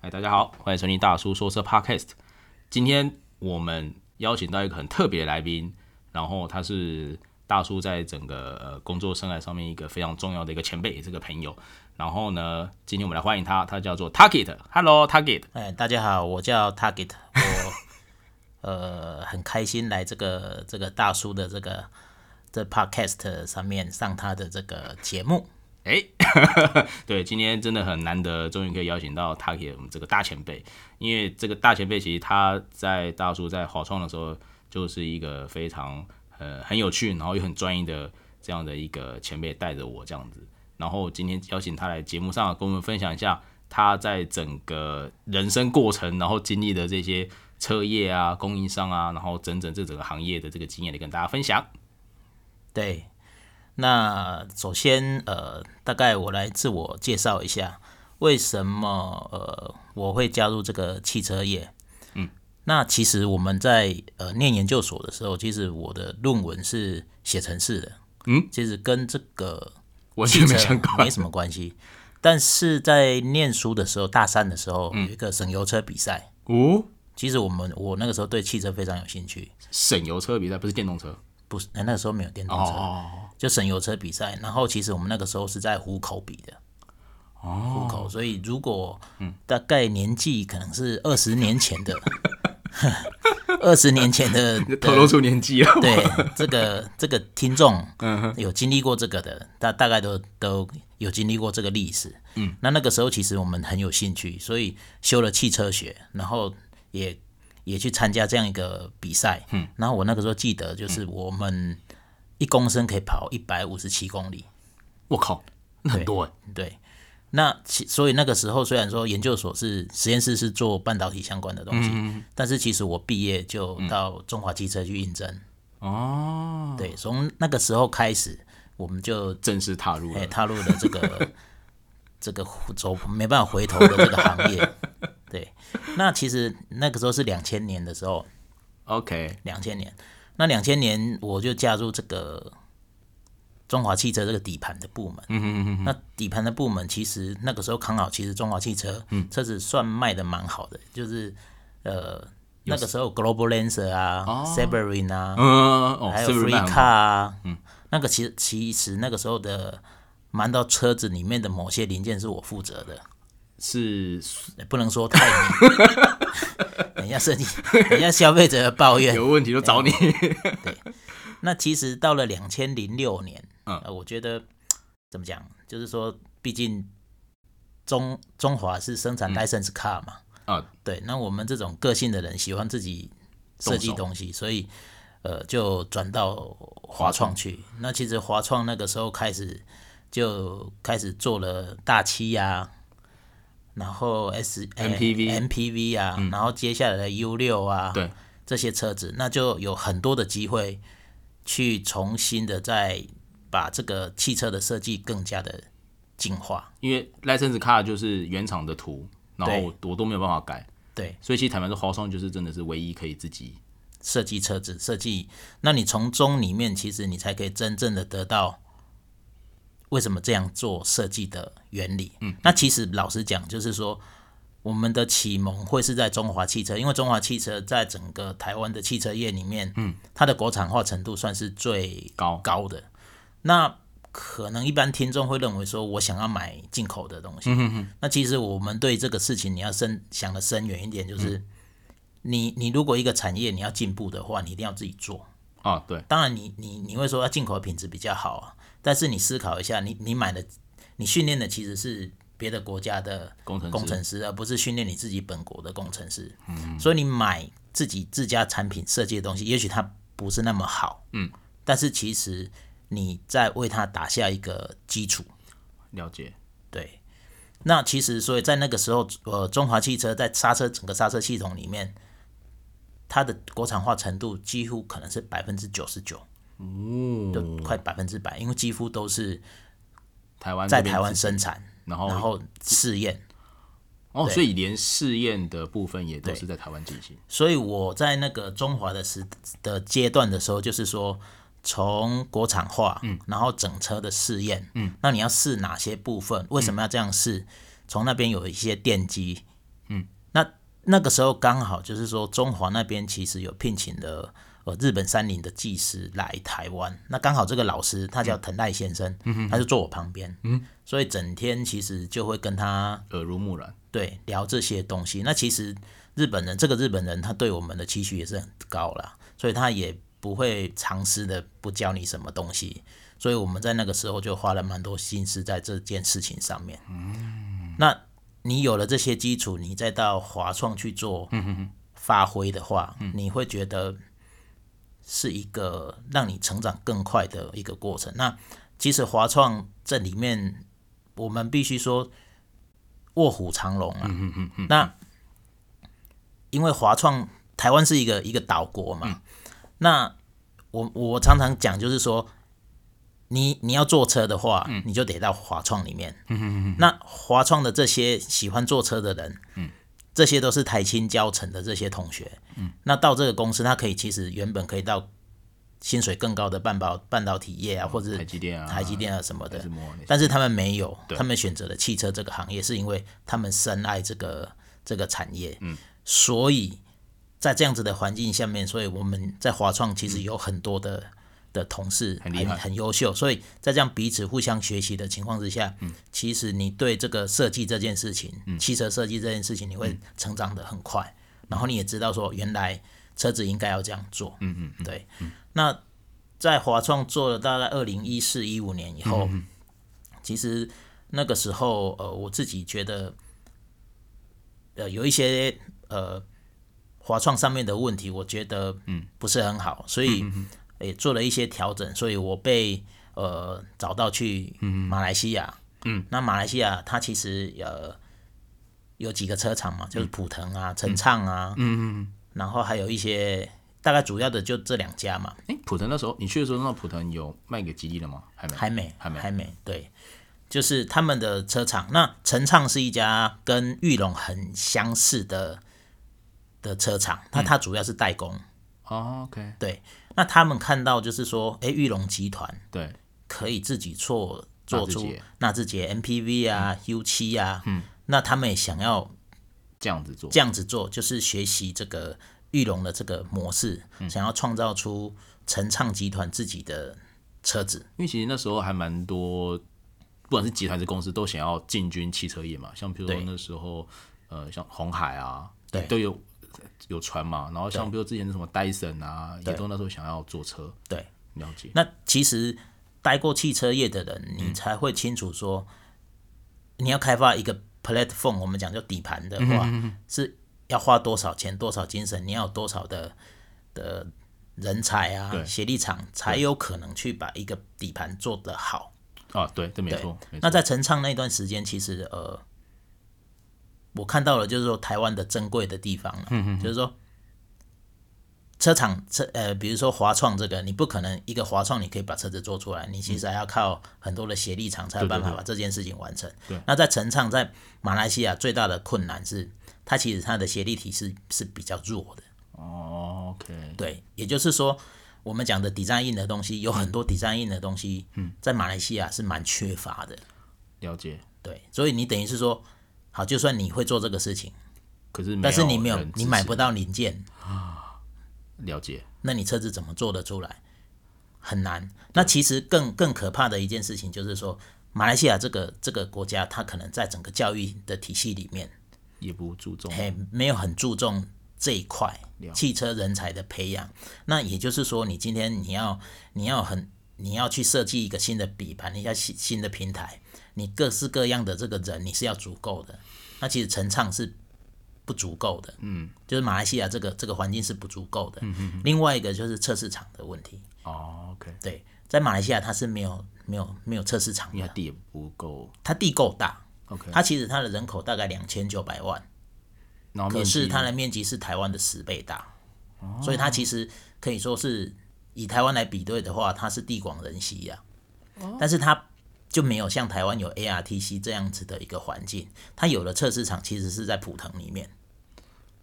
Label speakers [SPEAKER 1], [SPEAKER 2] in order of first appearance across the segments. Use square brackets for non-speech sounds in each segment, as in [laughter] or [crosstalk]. [SPEAKER 1] 嗨，大家好，欢迎收听大叔说车 Podcast。今天我们邀请到一个很特别的来宾，然后他是大叔在整个呃工作生涯上面一个非常重要的一个前辈，也是个朋友。然后呢，今天我们来欢迎他，他叫做 Target。Hello，Target。
[SPEAKER 2] 哎，大家好，我叫 Target，我 [laughs] 呃很开心来这个这个大叔的这个这 podcast 上面上他的这个节目。
[SPEAKER 1] 哎，对，今天真的很难得，终于可以邀请到 Taki 我们这个大前辈，因为这个大前辈其实他在大叔在华创的时候，就是一个非常呃很有趣，然后又很专一的这样的一个前辈带着我这样子，然后今天邀请他来节目上跟我们分享一下他在整个人生过程，然后经历的这些车业啊、供应商啊，然后整整这整个行业的这个经验来跟大家分享。
[SPEAKER 2] 对，那首先呃，大概我来自我介绍一下，为什么呃我会加入这个汽车业？嗯，那其实我们在呃念研究所的时候，其实我的论文是写程式的，
[SPEAKER 1] 嗯，
[SPEAKER 2] 其实跟这个
[SPEAKER 1] 完
[SPEAKER 2] 汽
[SPEAKER 1] 全没
[SPEAKER 2] 车
[SPEAKER 1] 想到，
[SPEAKER 2] 没什么关系。但是在念书的时候，大三的时候有一个省油车比赛。
[SPEAKER 1] 哦，
[SPEAKER 2] 其实我们我那个时候对汽车非常有兴趣，
[SPEAKER 1] 省油车比赛不是电动车
[SPEAKER 2] 不是那个时候没有电动车，
[SPEAKER 1] 哦。
[SPEAKER 2] 就省油车比赛。然后其实我们那个时候是在湖口比的，
[SPEAKER 1] 哦
[SPEAKER 2] 湖口。所以如果
[SPEAKER 1] 嗯
[SPEAKER 2] 大概年纪可能是二十年前的， [laughs] 二十年前的
[SPEAKER 1] [laughs] 透露出年纪了。
[SPEAKER 2] [laughs] 对这个这个听众，有经历过这个的，大大概都都有经历过这个历史。嗯，那那个时候其实我们很有兴趣，所以修了汽车学，然后也也去参加这样一个比赛。嗯，然后我那个时候记得，就是我们一公升可以跑一百五十七公里。
[SPEAKER 1] 我靠，那很多哎、
[SPEAKER 2] 对，那其所以那个时候虽然说研究所是实验室是做半导体相关的东西，但是其实我毕业就到中华汽车去应征。
[SPEAKER 1] 哦，
[SPEAKER 2] 对，从那个时候开始，我们就
[SPEAKER 1] 正式踏入
[SPEAKER 2] 哎、
[SPEAKER 1] 了。
[SPEAKER 2] 踏入了这 [laughs] 个这个走没办法回头的这个行业。对，那其实那个时候是两千年的时候，
[SPEAKER 1] OK，
[SPEAKER 2] 两千年，那两千年我就加入这个中华汽车这个底盘的部门。嗯嗯嗯。那底盘的部门其实那个时候刚好，其实中华汽车、车子算卖的蛮好的，就是呃那个时候 Global Lancer 啊、s e v e r i n 啊，
[SPEAKER 1] 嗯，哦，
[SPEAKER 2] 还有
[SPEAKER 1] 是不是嗯
[SPEAKER 2] free
[SPEAKER 1] 蛮
[SPEAKER 2] car
[SPEAKER 1] 好
[SPEAKER 2] 啊，那个其实其实那个时候的蛮到车子里面的某些零件是我负责的，
[SPEAKER 1] 是
[SPEAKER 2] 也不能说太
[SPEAKER 1] [laughs]
[SPEAKER 2] 明，等一下设计，等一下消费者的抱怨。
[SPEAKER 1] 有问题就找你。
[SPEAKER 2] 那其实到了两千零六年，
[SPEAKER 1] 嗯
[SPEAKER 2] 呃，我觉得怎么讲，就是说，毕竟中中华是生产 license car 嘛，
[SPEAKER 1] 嗯啊，
[SPEAKER 2] 对，那我们这种个性的人喜欢自己设计
[SPEAKER 1] 动手
[SPEAKER 2] 东西，所以呃，就转到华创去。那其实华创那个时候开始就开始做了大七呀、然后 S 哎
[SPEAKER 1] MPV
[SPEAKER 2] MPV 啊，然后接下来的 U 六啊，
[SPEAKER 1] 对，
[SPEAKER 2] 这些车子，那就有很多的机会去重新的再把这个汽车的设计更加的进化。
[SPEAKER 1] [laughs] 因为 license car 就是原厂的图，然后我我都没有办法改，
[SPEAKER 2] 对，
[SPEAKER 1] 所以其实坦白说，华创就是真的是唯一可以自己。
[SPEAKER 2] 设计车子，设计，那你从中里面，其实你才可以真正的得到为什么这样做设计的原理。嗯，那其实老实讲，就是说我们的启蒙会是在中华汽车，因为中华汽车在整个台湾的汽车业里面，嗯，它的国产化程度算是最
[SPEAKER 1] 高
[SPEAKER 2] 高的。那可能一般听众会认为说，我想要买进口的东西，那其实我们对这个事情，你要深想的深远一点，就是。你你如果一个产业你要进步的话，你一定要自己做。
[SPEAKER 1] 啊，对，
[SPEAKER 2] 当然你，你你会说啊，进口的品质比较好啊，但是你思考一下，你你买的，你训练的其实是别的国家的
[SPEAKER 1] 工程师
[SPEAKER 2] 工程师，而不是训练你自己本国的工程师。嗯，所以你买自己自家产品设计的东西，也许它不是那么好，嗯，但是其实你在为它打下一个基础。
[SPEAKER 1] 了解。
[SPEAKER 2] 对，那其实所以在那个时候，呃，中华汽车在刹车整个刹车系统里面，它的国产化程度几乎可能是百分之九十九，
[SPEAKER 1] 哦，
[SPEAKER 2] 就快百分之百，因为几乎都是
[SPEAKER 1] 台湾
[SPEAKER 2] 在
[SPEAKER 1] 这边
[SPEAKER 2] 台湾生产，
[SPEAKER 1] 然后
[SPEAKER 2] 然后试验。
[SPEAKER 1] 哦，所以连试验的部分也都是在台湾进行。
[SPEAKER 2] 所以我在那个中华的时的阶段的时候，就是说。从国产化，嗯，然后整车的试验，嗯，那你要试哪些部分？为什么要这样试？从那边有一些奠基，那个时候刚好就是说，中华那边其实有聘请了呃日本山林的技师来台湾，那刚好这个老师他叫藤濑先生，他就坐我旁边，嗯，所以整天其实就会跟他
[SPEAKER 1] 耳濡目染，
[SPEAKER 2] 对聊这些东西。那其实日本人这个日本人他对我们的期许也是很高啦，所以他也不会藏私的不教你什么东西，所以我们在那个时候就花了蛮多心思在这件事情上面。那你有了这些基础，你再到华创去做发挥的话，你会觉得是一个让你成长更快的一个过程。那其实华创这里面，我们必须说卧虎藏龙
[SPEAKER 1] 嗯
[SPEAKER 2] 啊。那因为华创台湾是一个一个岛国嘛，
[SPEAKER 1] 嗯
[SPEAKER 2] 那我我常常讲就是说。你你要坐车的话，
[SPEAKER 1] 嗯
[SPEAKER 2] 你就得到华创里面。那华创的这些喜欢坐车的人，
[SPEAKER 1] 嗯
[SPEAKER 2] 这些都是台青教成的这些同学。
[SPEAKER 1] 嗯
[SPEAKER 2] 那到这个公司，他可以其实原本可以到薪水更高的半导半导体业啊，或者
[SPEAKER 1] 台积电啊，
[SPEAKER 2] 台积电啊什么的
[SPEAKER 1] 还是摩尔那些，
[SPEAKER 2] 但是他们没有，他们选择了汽车这个行业，是因为他们深爱这个这个产业。嗯，所以在这样子的环境下面，所以我们在华创其实有很多的、的同事
[SPEAKER 1] 很厉害
[SPEAKER 2] 嗯很优秀，所以在这样彼此互相学习的情况之下，嗯，其实你对这个设计这件事情，汽车设计这件事情，你会成长的很快，然后你也知道说原来车子应该要这样做，嗯嗯对。那在华创做了大概二零一四一五年以后，其实那个时候呃，我自己觉得，呃，有一些呃华创上面的问题，我觉得嗯不是很好，所以也做了一些调整，所以我被呃找到去马来西亚。嗯，那马来西亚它其实呃有几个车厂嘛，就是普腾啊、陈畅啊，嗯嗯，然后还有一些大概主要的就这两家嘛，
[SPEAKER 1] 哎，普腾那时候你去的时候，那普腾有卖给吉利了吗？还没，
[SPEAKER 2] 还没，
[SPEAKER 1] 还没
[SPEAKER 2] 还没，对，就是他们的车厂。那陈畅是一家跟玉龙很相似的的车厂，那它主要是代工。
[SPEAKER 1] 哦，OK，
[SPEAKER 2] 对，那他们看到就是说，诶，玉龙集团
[SPEAKER 1] 对，
[SPEAKER 2] 可以自己做做
[SPEAKER 1] 纳智
[SPEAKER 2] 出
[SPEAKER 1] 捷
[SPEAKER 2] 纳智捷 MPV 啊、U 七啊，嗯，那他们也想要
[SPEAKER 1] 这样子做，
[SPEAKER 2] 这样子做，就是学习这个玉龙的这个模式，想要创造出陈畅集团自己的车子。
[SPEAKER 1] 因为其实那时候还蛮多，不管是集团还是公司，都想要进军汽车业嘛。像比如说
[SPEAKER 2] 对
[SPEAKER 1] 那时候，呃，像红海啊，
[SPEAKER 2] 对
[SPEAKER 1] 都有有船嘛。然后像比如之前的什么戴森啊，也都那时候想要做车。
[SPEAKER 2] 对，
[SPEAKER 1] 了解，
[SPEAKER 2] 那其实待过汽车业的人，
[SPEAKER 1] 嗯
[SPEAKER 2] 你才会清楚说，你要开发一个 platform，我们讲叫底盘的
[SPEAKER 1] 嗯
[SPEAKER 2] 话，是要花多少钱、多少精神，你要有多少的的人才啊
[SPEAKER 1] 对、
[SPEAKER 2] 协力厂，才有可能去把一个底盘做得好。
[SPEAKER 1] 啊，对，这没错，没错。
[SPEAKER 2] 那在陈唱那段时间，其实呃，我看到了，就是说台湾的珍贵的地方了，啊
[SPEAKER 1] 嗯
[SPEAKER 2] 就是说车厂车呃，比如说华创这个，你不可能一个华创你可以把车子做出来，你其实还要靠很多的协力厂才有办法
[SPEAKER 1] 对对对
[SPEAKER 2] 把这件事情完成。
[SPEAKER 1] 对
[SPEAKER 2] 那在陈唱在马来西亚最大的困难是，它其实它的协力体系是比较弱的，
[SPEAKER 1] 哦，OK，
[SPEAKER 2] 对，也就是说。我们讲的 design in 的东西，有很多 design in 的东西，嗯，在马来西亚是蛮缺乏的。
[SPEAKER 1] 了解。
[SPEAKER 2] 对，所以你等于是说，好，就算你会做这个事情，
[SPEAKER 1] 可是，
[SPEAKER 2] 但是你没有，
[SPEAKER 1] 人支
[SPEAKER 2] 你买
[SPEAKER 1] 持
[SPEAKER 2] 不到零件，
[SPEAKER 1] 了解，
[SPEAKER 2] 那你车子怎么做得出来？很难。那其实更更可怕的一件事情就是说，马来西亚这个这个国家，它可能在整个教育的体系里面，
[SPEAKER 1] 也不注重。
[SPEAKER 2] 嘿，哎没有很注重这一块汽车人才的培养。那也就是说，你今天你要你要很你要去设计一个新的底盘，你要新新的平台，你各式各样的这个人你是要足够的。那其实陈唱是不足够的，嗯，就是马来西亚这个这个环境是不足够的。另外一个就是测试场的问题，
[SPEAKER 1] 哦，OK，
[SPEAKER 2] 对，在马来西亚它是没有没有没有测试场
[SPEAKER 1] 因为
[SPEAKER 2] 的
[SPEAKER 1] 他，地也不够。
[SPEAKER 2] 它地够大，
[SPEAKER 1] OK，
[SPEAKER 2] 它其实它的人口大概两千九百万。
[SPEAKER 1] 然后
[SPEAKER 2] 可
[SPEAKER 1] 面
[SPEAKER 2] 是
[SPEAKER 1] 积
[SPEAKER 2] 它的面积是台湾的十倍大，所以它其实可以说是以台湾来比对的话，它是地广人稀呀、但是它就没有像台湾有 ARTC 这样子的一个环境，它有的测试场其实是在普腾里面，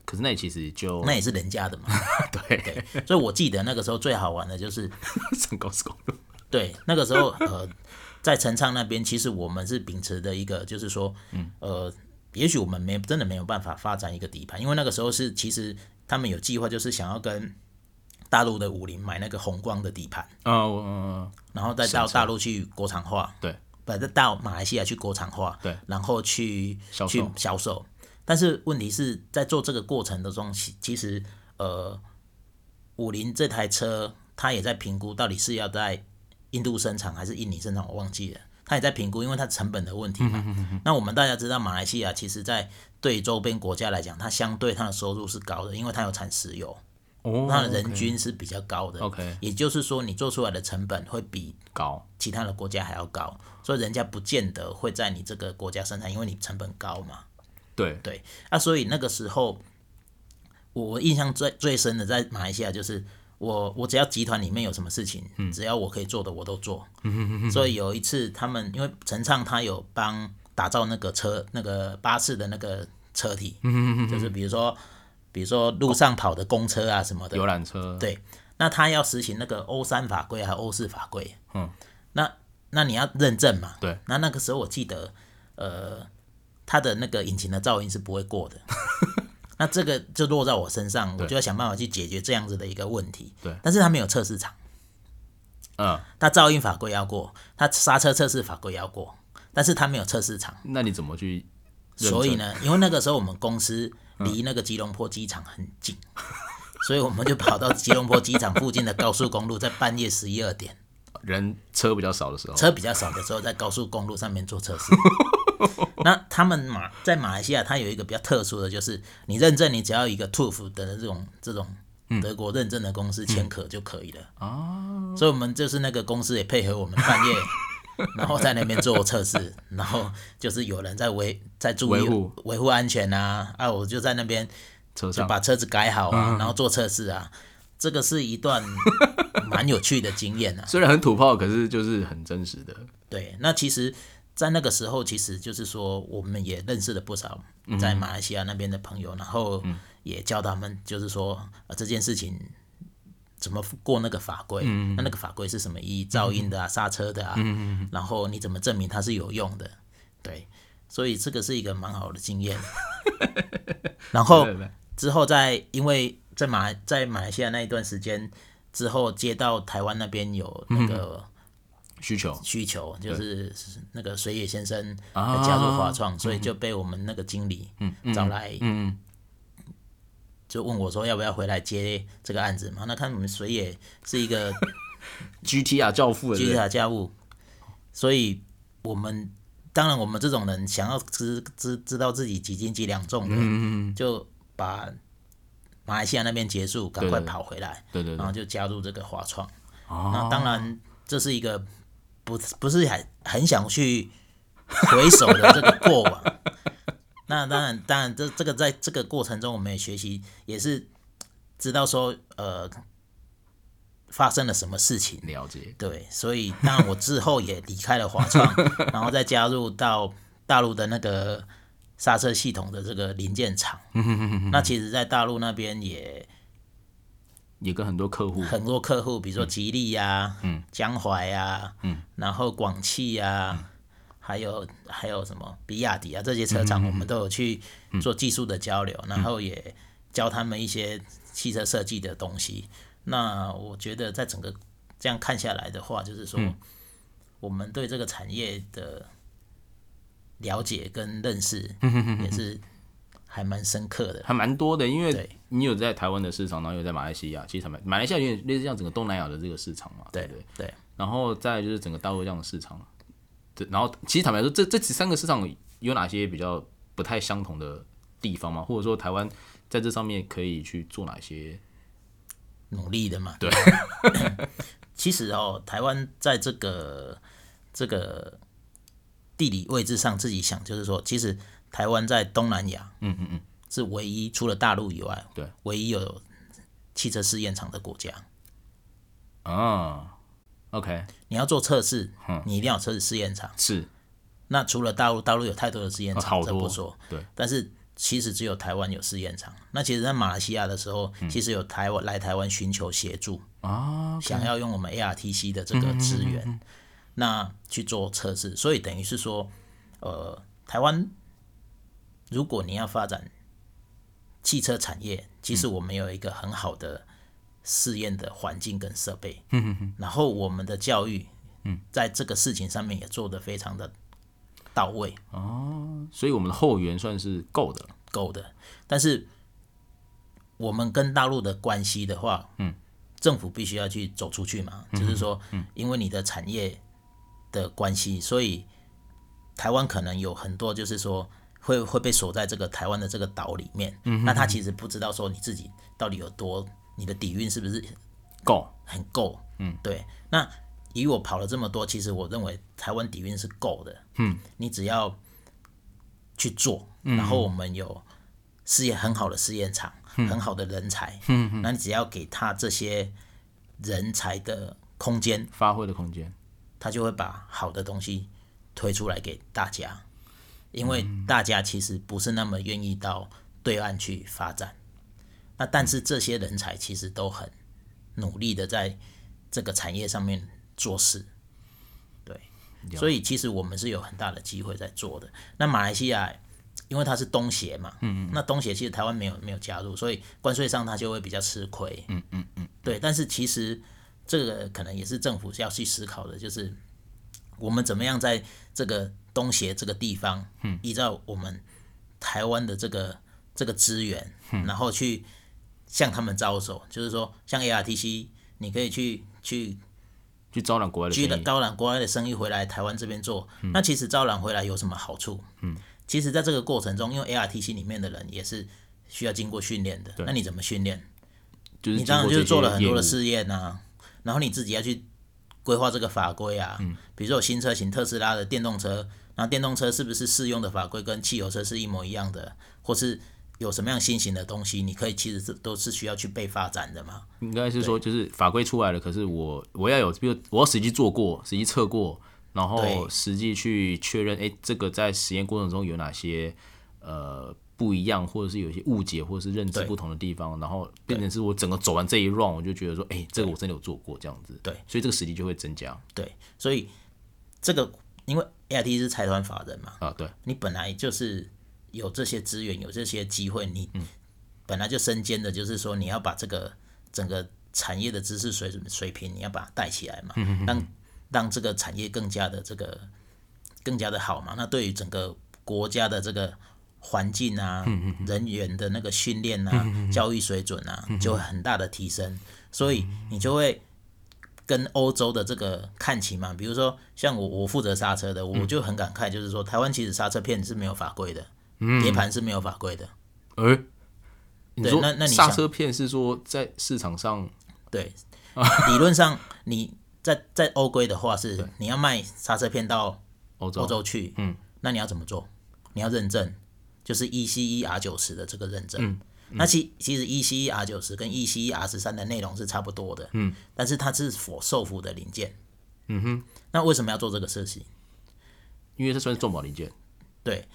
[SPEAKER 1] 可是那其实就 [laughs]
[SPEAKER 2] 那也是人家的嘛。
[SPEAKER 1] 哦对，
[SPEAKER 2] 所以我记得那个时候最好玩的就是，
[SPEAKER 1] 上高速公路。
[SPEAKER 2] 对，那个时候呃，在陈昌那边，其实我们是秉持的一个就是说，呃，也许我们没真的没有办法发展一个底盘，因为那个时候是其实他们有计划，就是想要跟大陆的五菱买那个宏光的底盘，
[SPEAKER 1] 啊，我嗯
[SPEAKER 2] 然后再到大陆去国产化，
[SPEAKER 1] 对，
[SPEAKER 2] 不，再到马来西亚去国产化，
[SPEAKER 1] 对，
[SPEAKER 2] 然后去
[SPEAKER 1] 销售
[SPEAKER 2] 去销售。但是问题是在做这个过程当中，其其实呃，五菱这台车它也在评估到底是要在印度生产还是印尼生产，我忘记了。它也在评估，因为它成本的问题
[SPEAKER 1] 嗯
[SPEAKER 2] 嘛。那我们大家知道，马来西亚其实在对周边国家来讲，它相对它的收入是高的，因为它有产石油，
[SPEAKER 1] 哦，
[SPEAKER 2] 它的人均是比较高的。
[SPEAKER 1] OK
[SPEAKER 2] 也就是说，你做出来的成本会比
[SPEAKER 1] 高，
[SPEAKER 2] 其他的国家还要高，所以人家不见得会在你这个国家生产，因为你成本高嘛。
[SPEAKER 1] 对，
[SPEAKER 2] 对，啊，所以那个时候，我我印象最最深的在马来西亚就是。我我只要集团里面有什么事情，只要我可以做的我都做。所以有一次他们因为陈畅他有帮打造那个车那个巴士的那个车体，就是比如说比如说路上跑的公车啊什么的，
[SPEAKER 1] 游览车，
[SPEAKER 2] 对，那他要实行那个欧三法规还有欧四法规，
[SPEAKER 1] 嗯，
[SPEAKER 2] 那那你要认证嘛，
[SPEAKER 1] 对，
[SPEAKER 2] 那那个时候我记得，呃，它的那个引擎的噪音是不会过的，
[SPEAKER 1] [laughs]
[SPEAKER 2] 那这个就落在我身上，我就要想办法去解决这样子的一个问题，
[SPEAKER 1] 对
[SPEAKER 2] 但是他没有测试场，
[SPEAKER 1] 嗯，
[SPEAKER 2] 他噪音法规要过，他刹车测试法规要过，但是他没有测试场，
[SPEAKER 1] 那你怎么去？认证嗯
[SPEAKER 2] 所以
[SPEAKER 1] [laughs]
[SPEAKER 2] 呢，因为那个时候我们公司离那个吉隆坡机场很近，所以我们就跑到吉隆坡机场附近的高速公路，在半夜十一二点，
[SPEAKER 1] 人车比较少的时候，
[SPEAKER 2] 车比较少的时候，在高速公路上面做
[SPEAKER 1] [laughs]
[SPEAKER 2] 测试。那他们马在马来西亚，它有一个比较特殊的，就是你认证，你只要一个 TUF 的这种这种
[SPEAKER 1] 嗯
[SPEAKER 2] 德国认证的公司签可就可以了。哦、所以我们就是那个公司也配合我们半
[SPEAKER 1] [laughs]
[SPEAKER 2] 夜，然后在那边做测试，然后就是有人在维在注意
[SPEAKER 1] 维护
[SPEAKER 2] 维护安全啊啊，我就在那边
[SPEAKER 1] 车
[SPEAKER 2] 就
[SPEAKER 1] 上
[SPEAKER 2] 把车子改好啊，
[SPEAKER 1] 嗯
[SPEAKER 2] 然后做测试啊，这个是一段蛮有趣的经验啊。
[SPEAKER 1] 虽然很土炮，可是就是很真实的，
[SPEAKER 2] 对，那其实，在那个时候，其实就是说，我们也认识了不少在马来西亚那边的朋友，然后也教他们，就是说、呃、这件事情怎么过那个法规，那那个法规是什么意义，噪音的啊，刹车的啊，然后你怎么证明它是有用的？对，所以这个是一个蛮好的经验。然后
[SPEAKER 1] 对不对？
[SPEAKER 2] 之后在因为在马来在马来西亚那一段时间之后，接到台湾那边有那个。
[SPEAKER 1] 需求
[SPEAKER 2] 需求，就是那个水野先生
[SPEAKER 1] 啊嗯
[SPEAKER 2] 加入华创，所以就被我们那个经理找来，就问我说要不要回来接这个案子嘛？那看我们水野是一个
[SPEAKER 1] ，GT 啊，教 [laughs] 父，对
[SPEAKER 2] 居
[SPEAKER 1] 不对
[SPEAKER 2] 家家务，所以我们当然我们这种人想要知知知道自己几斤几两重
[SPEAKER 1] 嗯
[SPEAKER 2] 的，就把马来西亚那边结束，赶
[SPEAKER 1] 对
[SPEAKER 2] 快
[SPEAKER 1] 对对
[SPEAKER 2] 跑回来，
[SPEAKER 1] 对对
[SPEAKER 2] 然
[SPEAKER 1] 对，
[SPEAKER 2] 后就加入这个华创。那
[SPEAKER 1] 哦，
[SPEAKER 2] 当然，这是一个不不是很很想去回首的这个过往。那当然，当然，这这个在这个过程中，我们也学习，也是知道说，呃，发生了什么事情。
[SPEAKER 1] 了解，
[SPEAKER 2] 对，所以当然我之后也离开了华创，然后再加入到大陆的那个刹车系统的这个零件厂。
[SPEAKER 1] 嗯
[SPEAKER 2] 那其实，在大陆那边也
[SPEAKER 1] 也跟很多客户
[SPEAKER 2] 很多客户，比如说吉利呀、嗯，江淮呀、嗯，然后广汽呀、还有还有什么比亚迪啊，这些车厂我们都有去做技术的交流，然后也教他们一些汽车设计的东西。那我觉得在整个这样看下来的话，就是说、我们对这个产业的了解跟认识也是还蛮深刻的。
[SPEAKER 1] 还蛮多的，因为
[SPEAKER 2] 对
[SPEAKER 1] 你有在台湾的市场，然后有在马来西亚，其实还蛮马来西亚有点类似像整个东南亚的这个市场嘛，对
[SPEAKER 2] 对
[SPEAKER 1] 不对？
[SPEAKER 2] 对，
[SPEAKER 1] 然后再来就是整个大陆这样的市场，对，然后其实坦白说，这这三个市场有哪些比较不太相同的地方吗？或者说台湾在这上面可以去做哪些？
[SPEAKER 2] 努力的嘛。对， [coughs] 其实哦，台湾在这个这个地理位置上，自己想就是说，其实台湾在东南亚，嗯嗯嗯，是唯一除了大陆以外，
[SPEAKER 1] 对，
[SPEAKER 2] 唯一有汽车试验场的国家。
[SPEAKER 1] 啊，OK，
[SPEAKER 2] 你要做测试，你一定要有测试试验场。
[SPEAKER 1] 是
[SPEAKER 2] 那除了大陆，大陆有啊太多的试验
[SPEAKER 1] 好
[SPEAKER 2] 场，这
[SPEAKER 1] 多
[SPEAKER 2] 不说。
[SPEAKER 1] 对，
[SPEAKER 2] 但是其实只有台湾有试验场。那其实，在马来西亚的时候，其实有台湾来台湾寻求协助，
[SPEAKER 1] 啊，
[SPEAKER 2] 想要用我们 ARTC 的这个资源，那去做测试，所以等于是说，呃，台湾如果你要发展汽车产业，其实我们有一个很好的试验的环境跟设备，然后我们的教育，在这个事情上面也做得非常的到位，
[SPEAKER 1] 所以我们的后援算是够的了。
[SPEAKER 2] 够的。但是我们跟大陆的关系的话，嗯，政府必须要去走出去嘛，就是说，因为你的产业的关系，所以台湾可能有很多就是说会会被锁在这个台湾的这个岛里面，嗯，那他其实不知道说你自己到底有多，你的底蕴是不是
[SPEAKER 1] 够，
[SPEAKER 2] 很够，嗯，对。那以我跑了这么多，其实我认为台湾底蕴是够的，嗯，你只要去做，然后我们有试验很好的试验场，很好的人才，嗯，那你只要给他这些人才的空间，
[SPEAKER 1] 发挥的空间。
[SPEAKER 2] 他就会把好的东西推出来给大家，因为大家其实不是那么愿意到对岸去发展。那但是这些人才其实都很努力的在这个产业上面做事，对，所以其实我们是有很大的机会在做的。那马来西亚因为它是东协嘛，嗯嗯，那东协其实台湾没有没有加入，所以关税上它就会比较吃亏，嗯嗯嗯，对。但是其实这个可能也是政府要去思考的，就是我们怎么样在这个东协这个地方，嗯，依照我们台湾的这个这个资源，然后去向他们招手，就是说像 ARTC，你可以去去
[SPEAKER 1] 去招揽国外的
[SPEAKER 2] 居
[SPEAKER 1] 生
[SPEAKER 2] 的
[SPEAKER 1] 意，
[SPEAKER 2] 招揽国外的生意回来台湾这边做，那其实招揽回来有什么好处？嗯，其实在这个过程中，因为 ARTC 里面的人也是需要经过训练的，那你怎么训练？
[SPEAKER 1] 就是
[SPEAKER 2] 你
[SPEAKER 1] 经
[SPEAKER 2] 当然
[SPEAKER 1] 过这
[SPEAKER 2] 就是
[SPEAKER 1] 些
[SPEAKER 2] 做了很
[SPEAKER 1] 业
[SPEAKER 2] 多
[SPEAKER 1] 务
[SPEAKER 2] 的试验啊，然后你自己要去规划这个法规啊，
[SPEAKER 1] 嗯
[SPEAKER 2] 比如说有新车型特斯拉的电动车，然后电动车是不是适用的法规跟汽油车是一模一样的，或是有什么样新型的东西，你可以其实是都是需要去被发展的嘛。
[SPEAKER 1] 应该是说，就是法规出来了，可是我我要有，比如我要实际做过，实际测过，然后
[SPEAKER 2] 对
[SPEAKER 1] 实际去确认，哎、这个在实验过程中有哪些呃不一样，或者是有一些误解，或者是认知
[SPEAKER 2] 对
[SPEAKER 1] 不同的地方，然后变成是我整个走完这一 round，我就觉得说，哎、这个我真的有做过这样子，
[SPEAKER 2] 对，
[SPEAKER 1] 所以这个实力就会增加
[SPEAKER 2] 对，所以这个因为 AIT 是财团法人嘛，
[SPEAKER 1] 啊，对，
[SPEAKER 2] 你本来就是有这些资源，有这些机会，你本来就身兼的，就是说你要把这个整个产业的知识水准水平，你要把它带起来嘛，让让这个产业更加的这个更加的好嘛。那对于整个国家的这个环境啊，人员的那个训练啊，教育水准啊，就会很大的提升，所以你就会。跟欧洲的这个看齐嘛，比如说像我我负责刹车的，我就很感慨，就是说台湾其实刹车片是没有法规的，碟盘是没有法规的，
[SPEAKER 1] 哎、你
[SPEAKER 2] 对
[SPEAKER 1] 说
[SPEAKER 2] 那那你
[SPEAKER 1] 刹
[SPEAKER 2] 想
[SPEAKER 1] 车片是说在市场上
[SPEAKER 2] [laughs] 对，理论上你在在欧规的话是你要卖刹车片到
[SPEAKER 1] 欧洲
[SPEAKER 2] 欧洲去，嗯，那你要怎么做？你要认证，就是 E ECER 九十的这个认证。那其其实 E ECER 九十跟 E ECER 十三的内容是差不多的，嗯，但是它是否受服的零件，嗯哼，那为什么要做这个事情？
[SPEAKER 1] 因为这算是重保零件，
[SPEAKER 2] 对，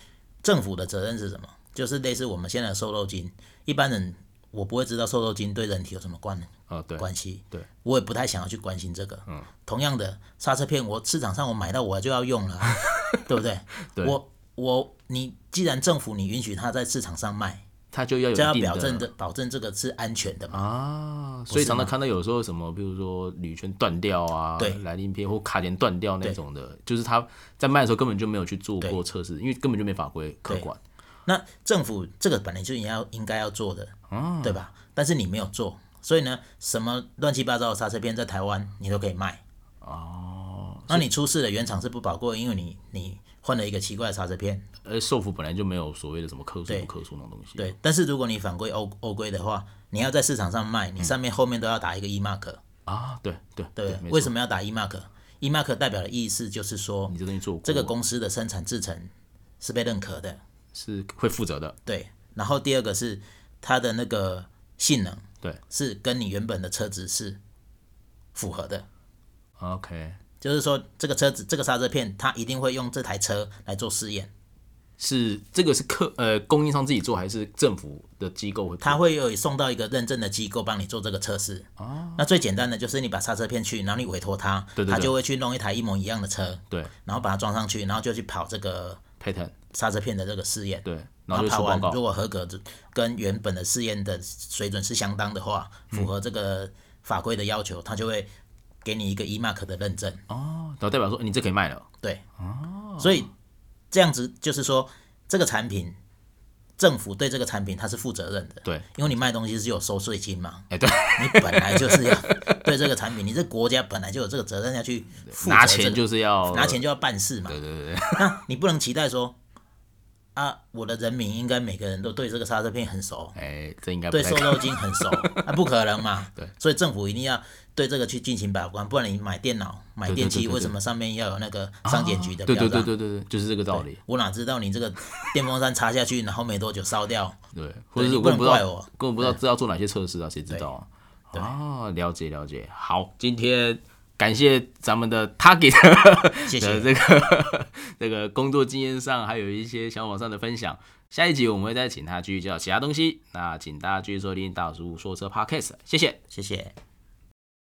[SPEAKER 2] 政府的责任是什么？就是类似我们现在的瘦肉精，一般人我不会知道瘦肉精对人体有什么关
[SPEAKER 1] 啊，对，
[SPEAKER 2] 关系，
[SPEAKER 1] 对
[SPEAKER 2] 我也不太想要去关心这个。嗯，同样的刹车片，我市场上我买到我就要用
[SPEAKER 1] [laughs]
[SPEAKER 2] 了啊，对不对？
[SPEAKER 1] 对
[SPEAKER 2] 我我你既然政府你允许它在市场上卖，
[SPEAKER 1] 它就要有
[SPEAKER 2] 就要
[SPEAKER 1] 一定
[SPEAKER 2] 表证
[SPEAKER 1] 的
[SPEAKER 2] 的保证这个是安全的嘛。哦
[SPEAKER 1] 啊，所以常常看到有时候什么，比如说铝圈断掉啊，
[SPEAKER 2] 对
[SPEAKER 1] 来鳞片或卡钳断掉那种的，就是他在卖的时候根本就没有去做过
[SPEAKER 2] 对
[SPEAKER 1] 测试，因为根本就没法规可管。
[SPEAKER 2] 那政府这个本来就应该要应该要做的，
[SPEAKER 1] 啊
[SPEAKER 2] 对吧？但是你没有做，所以呢，什么乱七八糟的刹车片在台湾你都可以卖。哦，那你出事了，原厂是不保过的，因为你你换了一个奇怪的刹车片。
[SPEAKER 1] 而受服本来就没有所谓的什么克数
[SPEAKER 2] 对
[SPEAKER 1] 不克数那种东西。
[SPEAKER 2] 对，但是如果你反规欧欧规的话，你要在市场上
[SPEAKER 1] 嗯
[SPEAKER 2] 卖，你上面后面都要打一个 E mark，
[SPEAKER 1] 啊，对对
[SPEAKER 2] 对不
[SPEAKER 1] 没
[SPEAKER 2] 对？
[SPEAKER 1] 错
[SPEAKER 2] 为，什么要打 E mark？E mark 代表的意思就是说
[SPEAKER 1] 你，这东西做过
[SPEAKER 2] 这个公司的生产制程是被认可的，
[SPEAKER 1] 是会负责的，
[SPEAKER 2] 对，然后第二个是它的那个性能，
[SPEAKER 1] 对
[SPEAKER 2] 是跟你原本的车子是符合的，
[SPEAKER 1] ，OK，
[SPEAKER 2] 就是说这个车子这个刹车片，它一定会用这台车来做试验，
[SPEAKER 1] 是这个是客呃供应商自己做还是政府的机构会做？
[SPEAKER 2] 它会有送到一个认证的机构帮你做这个测试。哦，那最简单的就是你把刹车片去，然后你委托他，
[SPEAKER 1] 对对对
[SPEAKER 2] 他就会去弄一台一模一样的车，
[SPEAKER 1] 对
[SPEAKER 2] 然后把它装上去，然后就去跑这个
[SPEAKER 1] patent
[SPEAKER 2] 刹车片的这个试验。
[SPEAKER 1] 对然后就
[SPEAKER 2] 跑
[SPEAKER 1] 出报
[SPEAKER 2] 完
[SPEAKER 1] 告
[SPEAKER 2] 如。果合格，跟原本的试验的水准是相当的话，
[SPEAKER 1] 嗯
[SPEAKER 2] 符合这个法规的要求，他就会给你一个 E mark 的认证。
[SPEAKER 1] 哦，然哦后代表说你这可以卖了。
[SPEAKER 2] 对，所以这样子就是说，这个产品政府对这个产品它是负责任的，
[SPEAKER 1] 对，
[SPEAKER 2] 因为你卖东西是有收税金嘛，
[SPEAKER 1] 哎，对，
[SPEAKER 2] 你本来就是要对这个产品，你这国家本来就有这个责任要去负
[SPEAKER 1] [laughs]
[SPEAKER 2] 责
[SPEAKER 1] 拿
[SPEAKER 2] 这
[SPEAKER 1] 钱
[SPEAKER 2] 个
[SPEAKER 1] 就是要
[SPEAKER 2] 拿钱。就要办事嘛，
[SPEAKER 1] 对对对对，
[SPEAKER 2] 那你不能期待说啊，我的人民应该每个人都对这个刹车片很熟，
[SPEAKER 1] 哎，这应该不
[SPEAKER 2] 对
[SPEAKER 1] 太
[SPEAKER 2] 瘦肉精很熟，那、不可能嘛，
[SPEAKER 1] [laughs] 对，
[SPEAKER 2] 所以政府一定要对这个去进行把关，不然你买电脑买
[SPEAKER 1] 对对
[SPEAKER 2] 电
[SPEAKER 1] 对
[SPEAKER 2] 器，
[SPEAKER 1] 对
[SPEAKER 2] 为
[SPEAKER 1] 对
[SPEAKER 2] 什么上面要有那个商检局的
[SPEAKER 1] 对
[SPEAKER 2] 标
[SPEAKER 1] 对
[SPEAKER 2] 章？
[SPEAKER 1] 对对对对，就是这个道理。
[SPEAKER 2] 我哪知道你这个电风扇插下去，然后没多久烧掉？
[SPEAKER 1] 对，或者是
[SPEAKER 2] 你
[SPEAKER 1] 我
[SPEAKER 2] 不
[SPEAKER 1] 也
[SPEAKER 2] 能
[SPEAKER 1] 不知道
[SPEAKER 2] 怪我
[SPEAKER 1] 根本不知道知道做哪些测试啊，谁知道啊？哦，了解了解。好，今天感谢咱们的 Target 的
[SPEAKER 2] 谢谢，
[SPEAKER 1] 这个 [laughs] 这个工作经验上，还有一些想法上的分享。下一集我们会再请他继续介绍其他东西。那请大家继续收听大叔说车 Podcast，谢谢。
[SPEAKER 2] 谢谢。